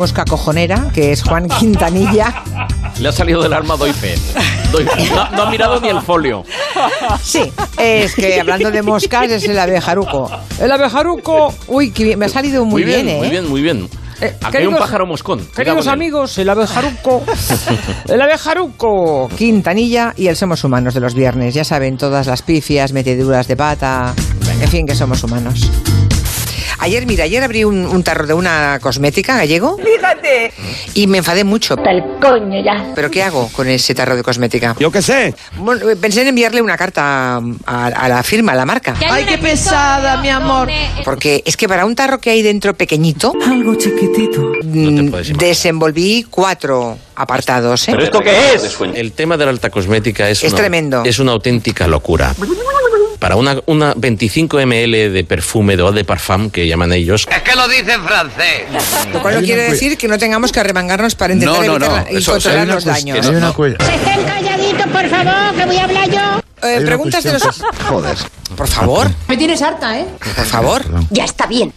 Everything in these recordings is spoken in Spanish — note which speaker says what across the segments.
Speaker 1: mosca cojonera, que es Juan Quintanilla.
Speaker 2: Le ha salido del arma doy fe. Doy fe. No, no ha mirado ni el folio.
Speaker 1: Sí, es que hablando de moscas es el abejaruco. El abejaruco, uy, que bien, me ha salido muy, bien, ¿eh?
Speaker 2: muy bien, muy bien.
Speaker 1: Eh,
Speaker 2: Aquí hay un
Speaker 1: queridos-
Speaker 2: pájaro moscón. Me cago
Speaker 1: Queridos
Speaker 2: en él.
Speaker 1: amigos, el abejaruco, el abejaruco, Quintanilla y el Somos Humanos de los viernes. Ya saben, todas las pifias, meteduras de pata, en fin, que somos humanos. Ayer, mira, ayer abrí un, un tarro de una cosmética gallego. Y me enfadé mucho.
Speaker 3: el coño ya.
Speaker 1: ¿Pero qué hago con ese tarro de cosmética?
Speaker 4: Yo qué sé.
Speaker 1: Bueno, pensé en enviarle una carta a, a la firma, a la marca.
Speaker 5: Ay, qué pesada, mi amor.
Speaker 1: Porque es que para un tarro que hay dentro pequeñito,
Speaker 6: Algo chiquitito.
Speaker 2: No te
Speaker 1: mm,
Speaker 2: puedes imaginar.
Speaker 1: desenvolví cuatro apartados. ¿eh?
Speaker 2: esto qué es? El tema de la alta cosmética es,
Speaker 1: Es
Speaker 2: una-
Speaker 1: tremendo.
Speaker 2: Es una auténtica locura. Para una, una 25 ml de perfume de eau de parfum que llaman ellos.
Speaker 1: Lo cual no quiere decir que no tengamos que arremangarnos para intentar
Speaker 7: No, no,
Speaker 1: evitar
Speaker 7: no,
Speaker 1: la- y
Speaker 7: eso, o
Speaker 1: controlar
Speaker 7: sea, hay una
Speaker 1: los
Speaker 7: cuestión-
Speaker 1: daños.
Speaker 7: Hay una
Speaker 3: Se estén calladitos, por favor, que voy a hablar yo.
Speaker 1: Eh, preguntas de los...
Speaker 7: Joder.
Speaker 1: Por favor,
Speaker 5: Me tienes harta, ¿eh?
Speaker 1: por favor.
Speaker 3: Ya está bien.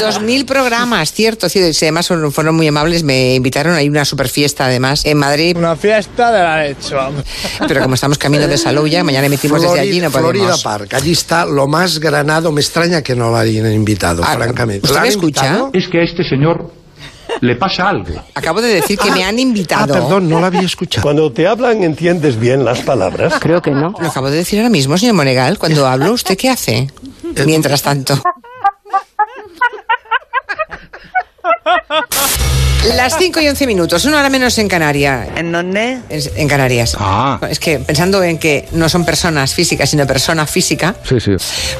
Speaker 1: Dos mil programas, cierto, cierto. Y además fueron, fueron muy amables, me invitaron. Hay una super fiesta además en Madrid.
Speaker 8: Una fiesta de la leche, vamos.
Speaker 1: Pero como estamos camino de Salouya, mañana emitimos Pues desde allí, no podemos.
Speaker 9: Florida Park, allí está lo más granado. Me extraña que no lo hayan invitado,
Speaker 1: Ah,
Speaker 9: francamente.
Speaker 1: ¿usted
Speaker 9: ¿La han
Speaker 1: me escucha?
Speaker 9: invitado?
Speaker 10: es que a este señor le pasa algo.
Speaker 1: Acabo de decir que me han
Speaker 9: Ah,
Speaker 1: invitado.
Speaker 9: perdón, no la había escuchado.
Speaker 8: Cuando te hablan, ¿entiendes bien las palabras?
Speaker 6: Creo que no.
Speaker 1: Lo acabo de decir ahora mismo, señor Monegal. Cuando hablo, ¿usted qué hace? Mientras tanto. Las 5 y 11 minutos, una hora menos en Canarias.
Speaker 6: ¿En dónde?
Speaker 1: En, en Canarias.
Speaker 10: Ah.
Speaker 1: Es que pensando en que no son personas físicas, sino persona física,
Speaker 10: Sí, sí.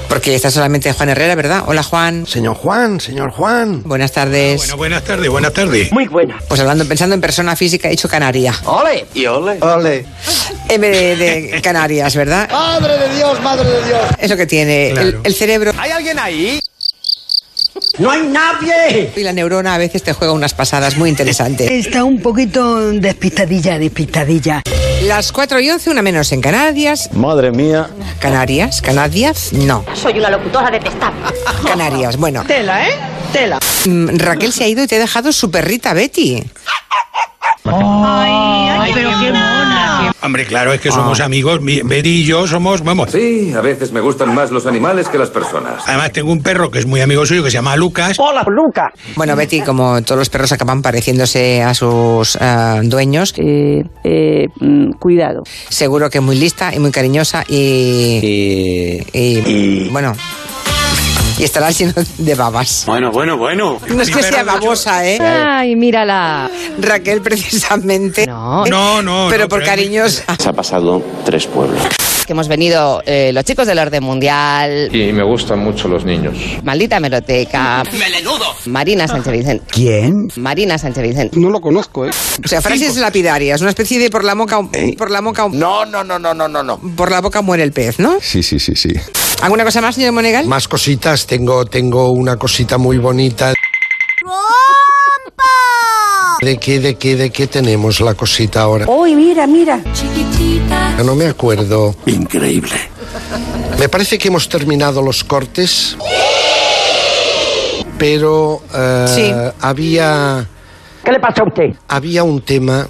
Speaker 1: porque está solamente Juan Herrera, ¿verdad? Hola Juan,
Speaker 9: Señor Juan, señor Juan.
Speaker 1: buenas tardes.
Speaker 4: Ah, buenas tardes, buenas tardes.
Speaker 6: Muy buena.
Speaker 1: Pues hablando, pensando en persona física, he dicho Canaria.
Speaker 6: Ole. Y ole.
Speaker 9: Ole.
Speaker 1: En vez de, de Canarias, ¿verdad?
Speaker 8: ¡Madre de Dios, madre de Dios!
Speaker 1: Es lo que tiene el-
Speaker 4: Claro.
Speaker 1: el cerebro.
Speaker 8: ¿Hay alguien ahí?
Speaker 6: ¡No hay nadie!
Speaker 1: Y la neurona a veces te juega unas pasadas muy interesantes.
Speaker 6: Está un poquito despistadilla, despistadilla.
Speaker 1: Las 4 y 11, una menos en Canarias.
Speaker 7: Madre mía.
Speaker 1: Canarias, Canarias, no.
Speaker 3: Soy una locutora detestable.
Speaker 1: Canarias, bueno. Tela, ¿eh? Tela. Raquel se ha ido y te ha dejado su perrita Betty.
Speaker 4: Hombre, claro, es
Speaker 1: Ah.
Speaker 4: que somos amigos. mi- Betty y yo somos, vamos.
Speaker 10: Sí, a veces me gustan más los animales que las personas.
Speaker 4: Además, tengo un perro que es muy amigo suyo que se llama Lucas.
Speaker 6: ¡Hola, Luca!
Speaker 1: Bueno, Betty, como todos los perros acaban pareciéndose a sus ah, dueños,
Speaker 11: eh, eh, mm, cuidado.
Speaker 1: seguro que es muy lista y muy cariñosa y. Y. bueno. Y estará lleno de babas.
Speaker 7: Bueno, bueno, bueno.
Speaker 1: No es
Speaker 4: Mi
Speaker 1: que
Speaker 4: perro
Speaker 1: sea
Speaker 4: de ocho-
Speaker 1: babosa, ¿eh?
Speaker 11: Ay, mírala.
Speaker 1: Raquel, precisamente.
Speaker 11: No.
Speaker 4: No, no,
Speaker 1: Pero
Speaker 4: no,
Speaker 1: por
Speaker 4: pero es muy-
Speaker 1: cariñosa.
Speaker 7: Se ha pasado tres pueblos.
Speaker 11: Que hemos venido eh, los chicos del orden mundial,
Speaker 10: Y me gustan mucho los niños.
Speaker 11: maldita meroteca. Marina Sánchez Vicente.
Speaker 6: ¿Quién?
Speaker 11: Marina Sánchez Vicente.
Speaker 8: No lo conozco, ¿eh?
Speaker 1: O sea, frases lapidarias, una especie de por la boca por la boca
Speaker 7: No, no, no, no, no, no, no.
Speaker 1: por la boca muere el pez, ¿no?
Speaker 7: Sí, sí, sí, sí.
Speaker 1: ¿Alguna cosa más, señor Monegal?
Speaker 9: Más cositas, tengo, tengo una cosita muy bonita. ¿De qué, de qué, de qué tenemos la cosita ahora?
Speaker 6: Uy, mira, mira.
Speaker 9: No me acuerdo.
Speaker 7: Increíble.
Speaker 9: Me parece que hemos terminado los cortes. Pero eh,
Speaker 1: Sí.
Speaker 9: había,
Speaker 6: ¿Qué le pasa a usted?
Speaker 9: había un tema.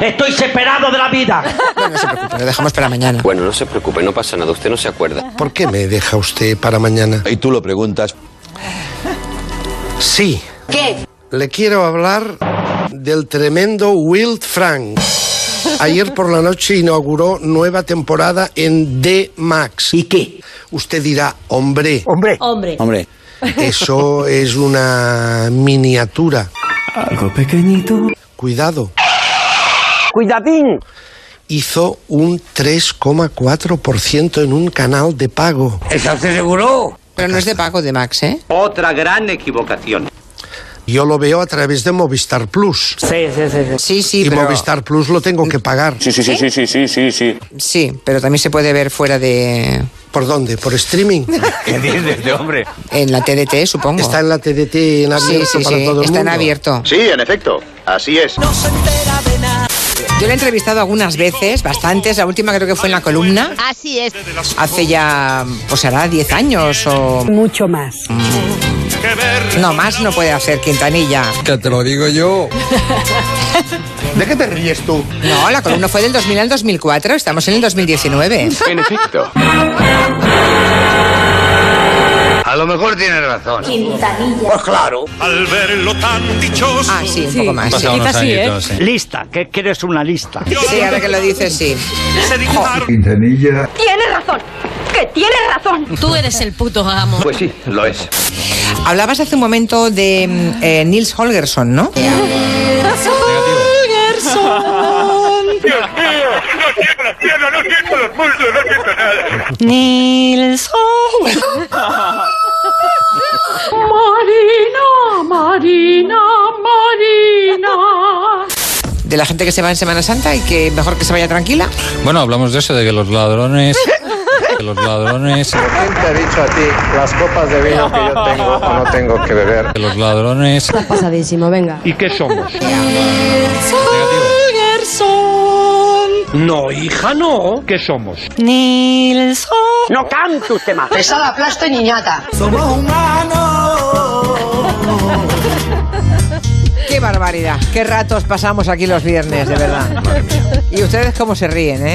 Speaker 6: Estoy separado de la vida.
Speaker 1: Bueno, no se preocupe, lo dejamos para mañana.
Speaker 2: Bueno, no se preocupe, no pasa nada, usted no se acuerda.
Speaker 9: ¿Por qué me deja usted para mañana?
Speaker 7: Y tú lo preguntas.
Speaker 9: Sí,
Speaker 3: ¿Qué?
Speaker 9: le quiero hablar del tremendo Wild Frank. Ayer por la noche inauguró nueva temporada en D Max.
Speaker 6: ¿Y qué?
Speaker 9: Usted dirá, hombre,
Speaker 6: Hombre.
Speaker 3: Hombre.
Speaker 7: Hombre.
Speaker 9: eso es una miniatura.
Speaker 6: Algo pequeñito.
Speaker 9: Cuidado.
Speaker 6: Cuidadín.
Speaker 9: Hizo un 3,4% en un canal de pago.
Speaker 6: ¿Eso se seguro?
Speaker 1: Pero no es de pago de Max, ¿eh?
Speaker 10: Otra gran equivocación.
Speaker 9: Yo lo veo a través de Movistar Plus.
Speaker 6: Sí, sí, sí. sí.
Speaker 1: Sí, sí,
Speaker 9: Y
Speaker 1: pero
Speaker 9: Movistar Plus lo tengo que pagar.
Speaker 7: Sí, sí, sí, sí, sí, sí, sí, sí.
Speaker 1: sí, pero también se puede ver fuera de
Speaker 9: ¿Por dónde? ¿Por streaming?
Speaker 2: ¿Qué dices, hombre?
Speaker 1: en la TDT, supongo.
Speaker 9: Está en la TDT en
Speaker 1: Sí,
Speaker 9: abierto
Speaker 1: sí,
Speaker 9: para
Speaker 1: sí,
Speaker 9: todo el
Speaker 1: está en
Speaker 9: mundo.
Speaker 1: abierto.
Speaker 10: Sí, en efecto, así es.
Speaker 1: Yo la he entrevistado algunas veces, bastantes, la última creo que fue en la columna,
Speaker 11: Así es.
Speaker 1: hace ya, pues hará 10 años o
Speaker 6: Mucho más.
Speaker 1: No, más no puede hacer Quintanilla.
Speaker 12: Que te lo digo yo.
Speaker 1: ¿De qué te ríes tú? No, la columna fue del 2000 al 2004, estamos en el 2019.
Speaker 10: En efecto.
Speaker 7: A lo mejor tienes razón.
Speaker 3: Quintanilla.
Speaker 7: Pues claro.
Speaker 4: Al verlo tan dichoso.
Speaker 1: Ah, sí, un poco más.
Speaker 7: Pasa unos Quizás sí, añitos, ¿eh? sí.
Speaker 1: Lista, que quieres una lista. Sí, ahora que lo dices, sí.
Speaker 12: Ah.
Speaker 7: Quintanilla.
Speaker 3: Tienes razón. Que tienes razón. Tú eres el puto amo.
Speaker 7: Pues sí, lo es.
Speaker 1: Hablabas hace un momento de mm, eh, Nils Holgersson, ¿no?
Speaker 3: Nils Marina, Marina, Marina.
Speaker 1: De la gente que se va en Semana Santa y que mejor que se vaya tranquila.
Speaker 12: Bueno, hablamos de eso, de que los ladrones. que los ladrones.
Speaker 8: ¿Quién te ha dicho a ti las copas de vino que yo tengo o no tengo que beber?
Speaker 12: Que los ladrones.
Speaker 13: Está pasadísimo, venga.
Speaker 8: ¿Y qué somos?
Speaker 3: Holgersson.
Speaker 8: No, hija, no. ¿Qué somos?
Speaker 3: Nils No canto usted más. Pesada, plasta y niñata. Somos humanos.
Speaker 1: ¡Qué barbaridad! ¡Qué ratos pasamos aquí los viernes, de verdad! Y ustedes cómo se ríen, ¿eh?